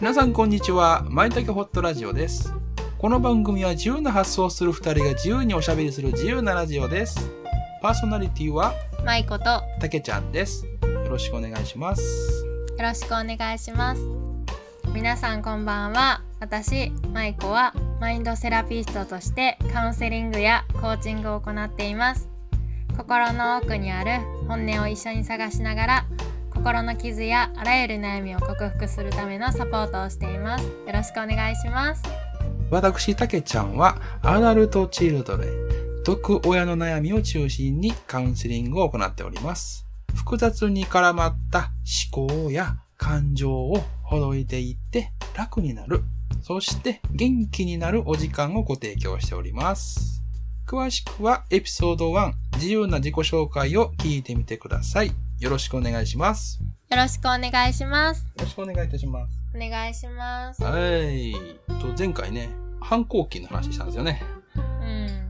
皆さんこんにちは。まいたけホットラジオです。この番組は自由な発想をする二人が自由におしゃべりする自由なラジオです。パーソナリティはまいことよたけちゃんです。よろしくお願いします。ろしくお願いします皆さんこんばんは私まいこはマインドセラピストとしてカウンセリングやコーチングを行っています心の奥にある本音を一緒に探しながら心の傷やあらゆる悩みを克服するためのサポートをしていますよろしくお願いします私、たけちゃんはアダルトチルドレン、毒親の悩みを中心にカウンセリングを行っております。複雑に絡まった思考や感情をほどいていって楽になる、そして元気になるお時間をご提供しております。詳しくはエピソード1、自由な自己紹介を聞いてみてください。よろしくお願いします。よよろしくお願いしますろしくお願いいたします。お願いしますはい。と、前回ね、反抗期の話したんですよね。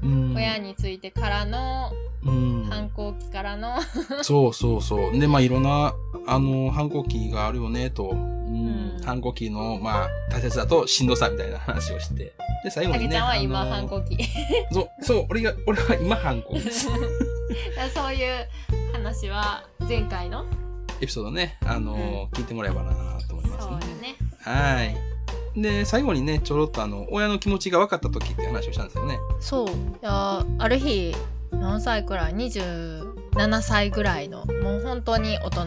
うんん親についてからのうん、反抗期からのそうそう そう。で、まあ、いろんな、あの、反抗期があるよね、と。うんうん反抗期の、まあ、大切さとしんどさみたいな話をして。で、最後たにけね。ちゃんはあの今反抗期そう、そう、俺が、俺は今反 抗期です。そういう話は前回のエピソードね、あの、聞いてもらえばなと思いますそうよね。ねはい。で、最後にね、ちょろっとあの、親の気持ちが分かった時って話をしたんですよね。そういやある日何歳くらい27歳ぐらいのもう本当に大人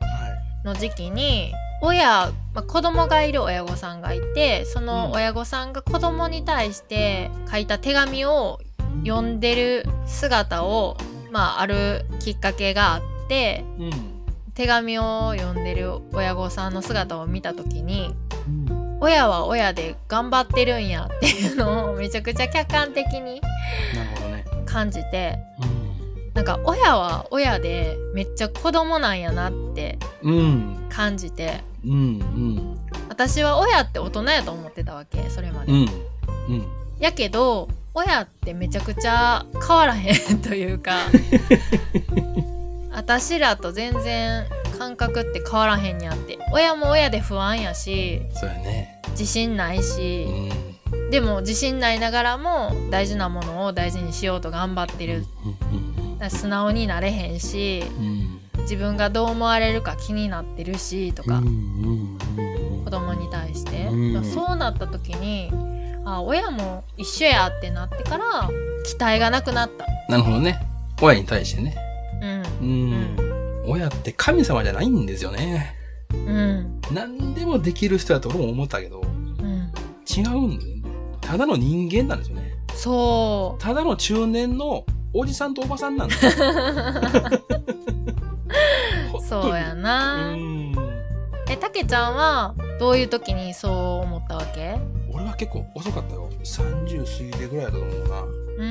はの時期に親、まあ、子供がいる親御さんがいてその親御さんが子供に対して書いた手紙をい。読んでる姿を、まあ、あるきっかけがあってうん。手紙を読んでる親御さんの姿を見た時にうん親は親で頑張ってるんやっていうのをめちゃくちゃ客観的になるほどね。感じてなんか親は親でめっちゃ子供なんやなってうん。うん。感じてうん。うん。私は親って大人やと思ってたわけそれまで、うん。うん。やけど親ってめちゃくちゃ変わらへんとい うか私らと全然感覚って変わらへんやって親も親で不安やしそうやね。自信ないし、うん。でも自信ないながらも大事なものを大事にしようと頑張ってるだから素直になれへんし自分がどう思われるか気になってるしとか子供に対してうんだからそうなった時にあ親も一緒やってなってから期待がなくなったなるほどね親に対してねうんうん、親って神様じゃないんですよねうん何でもできる人だと俺も思ったけどうん違うんだよねただの人間なんですよねそうただの中年のおじさんとおばさんなんですよ本当にそうやうな、んえたけちゃんはどういう時にそう思ったわけ俺は結構遅かったよ30過ぎてぐらいだと思うなう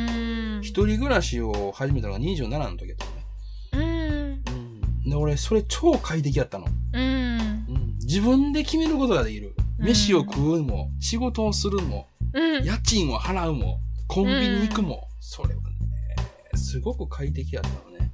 ん一人暮らしを始めたのが27の時だったねうんで俺それ超快適やったの、うん自分で決めることができるうん飯を食うも仕事をするもうん家賃を払うもコンビニ行くも、それはねすごく快適やったのね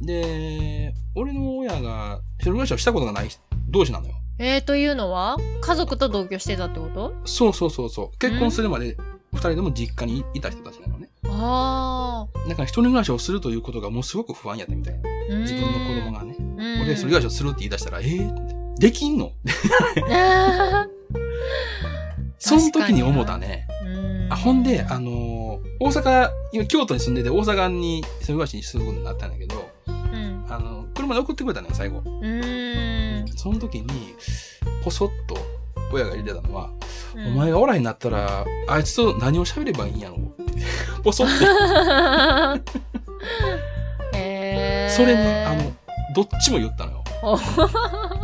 うんで俺の親が一人暮らしをしたことがない人同士なのよえー、というのは家族と同居してたってことそうそうそうそう結婚するまで二人でも実家にいた人たちなのねああだから一人暮らしをするということがもうすごく不安やったみたいな自分の子供がねが俺が一人暮らしをするって言い出したらえー、できんのがその時に思ったね。 あほんで、あのの、ー大阪、今京都に住んでて大阪に一人暮らしにすることになったんだけど、うんあの、車で送ってくれたのよ、最後。うんその時に、ぽそっと親が言ってたのは、うんお前がおらへんなったら、あいつと何を喋ればいいんやろって。 ぽそって。 えー、それね、あの、どっちも言ったのよ。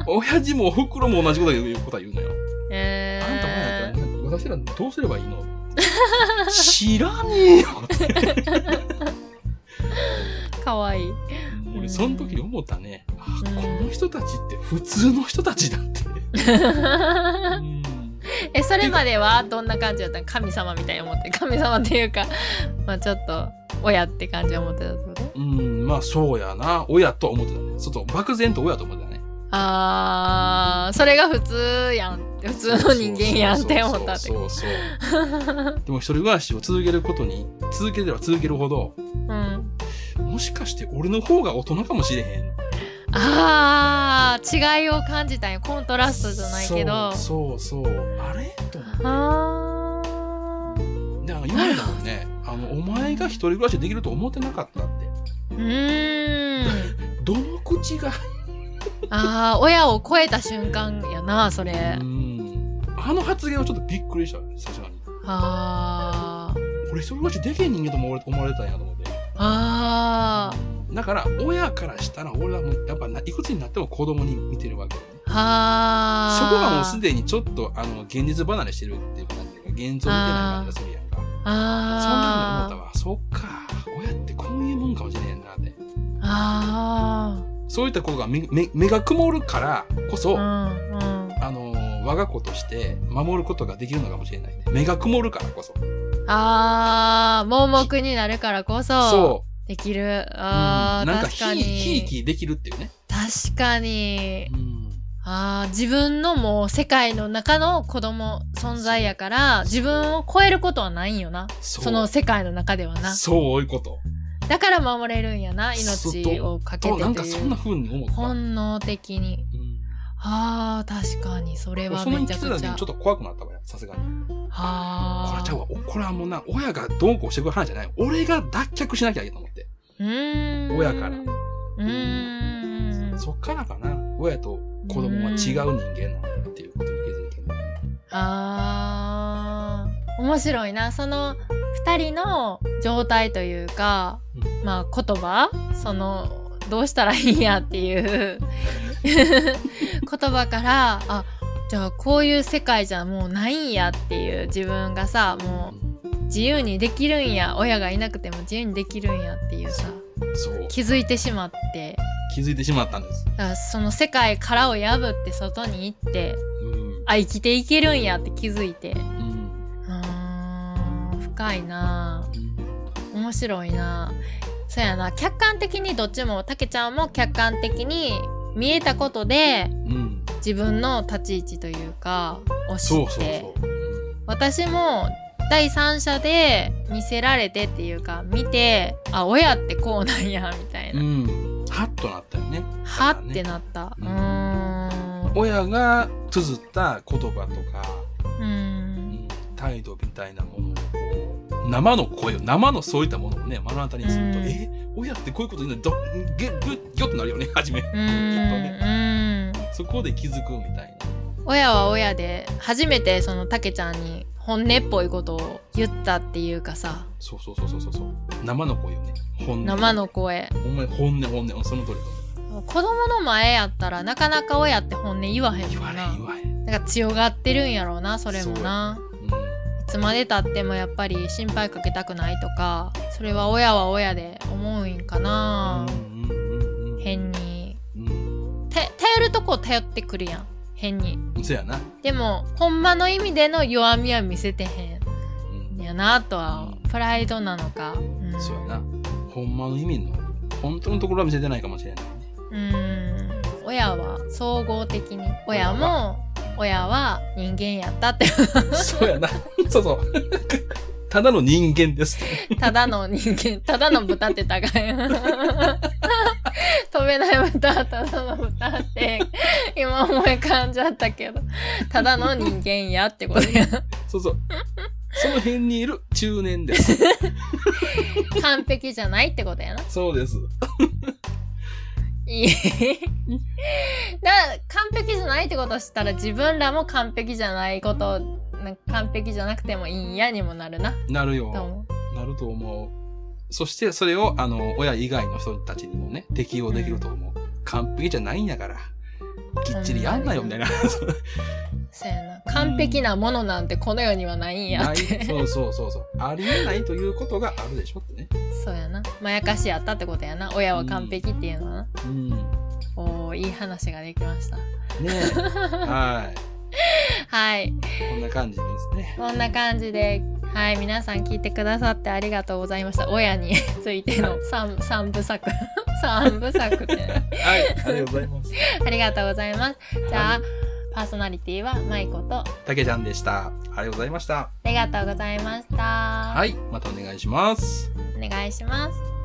お 親父もお袋も同じこと言うことは言うのよ。えあんたおらへんやったーら、私らどうすればいい の知らねえよってかわい い俺その時に思ったね、あこの人たちって普通の人たちだって、えそれまではどんな感じだったの神様みたいに思って神様っていうかまあちょっと親って感じで思ってたってことうん、まあそうやな親とは思ってたねちょっと漠然と親と思ってたねあーそれが普通やんっって普通の人間やんって思ったってそうそうそうそうでも一人暮らしを続けることに続ければ続けるほどうんもしかして俺の方が大人かもしれへんあー違いを感じたんやコントラストじゃないけどそうそうそうあれと 思っあーてであの今だもんねあのお前が一人暮らしできると思ってなかったってうーんどの口があー親を超えた瞬間やなそれうんあの発言はちょっとびっくりしたねさすがにあー俺一人暮らしできへん人間と思われ思われたんやと思ってあーだから親からしたら俺はもうやっぱないくつになっても子供に見てるわけよねあそこがもうすにでにちょっとあの現実離れしてるっていう感じが現像みたいな感じがするやんかそんなあのー思ったわそっか親ってこういうもんかもしれへんなってあそういったことが目目目が曇るからこそ、ーうんあの我が子として守ることができるのかもしれないね目が曇るからこそうんあー盲目になるからこそそうできるうんあーなんか確かひひいにきできるっていうね、確かにうんあー自分のもう世界の中の子供存在やから自分を超えることはないんよなそうその世界の中ではなそういうことだから守れるんやな命をかけとてなんとかいそんうな風に思った、うん本能的にあー確かにそれはその生めちゃきくてちたゃにちょっと怖くなったわよさすがにあこれちゃうーわこれはもうな親がどうこうしてくる話じゃない俺が脱却しなきゃいけないと思ってうーん親からうーんそっからかな親と子供は違う人間なんだっていうことに気づいてるあー面白いなその2人の状態というか、うまあ言葉そのどうしたらいいんやっていう言葉からあじゃあこういう世界じゃもうないんやっていう自分がさもう自由にできるんや親がいなくても自由にできるんやっていうさそう気づいてしまって気づいてしまったんですだからその世界殻を破って外に行ってうん、あ生きていけるんやって気づいて。うんうーん深いなぁ面白いなぁそうやな客観的にどっちもたけちゃんも客観的に見えたことでうん、自分の立ち位置というかを知そっうてそうそう私も第三者で見せられてっていうか見てあ親ってこうなんやみたいな、うんハッとなったよねはってなったううーん親が綴った言葉とか、ううんん態度みたいなものをこう生の声を生のそういったものをね目の当たりにすると、うんえ親ってこういうこと言うんだどゲブよってなるよね初めうんうんそこで気づくみたいな親は親で初めてそのたけちゃんに本音っぽいことを言ったっていうかさそうそうそうそうそうそう生の声よね本音生の声ほんまに本音本音その通りだ子供の前やったらなかなか親って本音言わへん言もわんれんな言われん、なんか強がってるんやろうなそれもなういつまでたってもやっぱり心配かけたくないとかそれは親は親で思うんかな、ん、うんうんうんうん変にうんて頼るとこ頼ってくるやん変にそやな、でもほんまの意味での弱みは見せてへんうん、やなとはうんプライドなのか、うん、そうやなほんまの意味の本当のところは見せてないかもしれないねうん親は総合的に親も親は人間やったって そうやなそうそうただの人間ですただの人間ただの豚って高い 飛べない豚ただの豚って今思い浮かんじゃったけどただの人間やってことやそうそうその辺にいる中年です完璧じゃないってことやなそうですいいだ完璧じゃないってことをしたら自分らも完璧じゃないことなんか完璧じゃなくてもいいんやにもなるななるとよ思う。なると思うそしてそれをあの親以外の人たちにもね適用できると思う、完璧じゃないんやからきっちりやんなよみたいなそうやな完璧なものなんてこの世にはないんやなっいてそうそうそうそうありえないということがあるでしょってねそうやなまやかしやったってことやな親は完璧っていうのはな、うんねおーいい話ができましたえはいはいこんな感じですねこんな感じではい皆さん聞いてくださってありがとうございました親に ついての三三部作 三部作ってね はいありがとうございますありがとうございますじゃあ、パーソナリティは舞子とあたけちゃんでした。ありがとうございました。りがとうございました。はい、またお願いします。お願いします。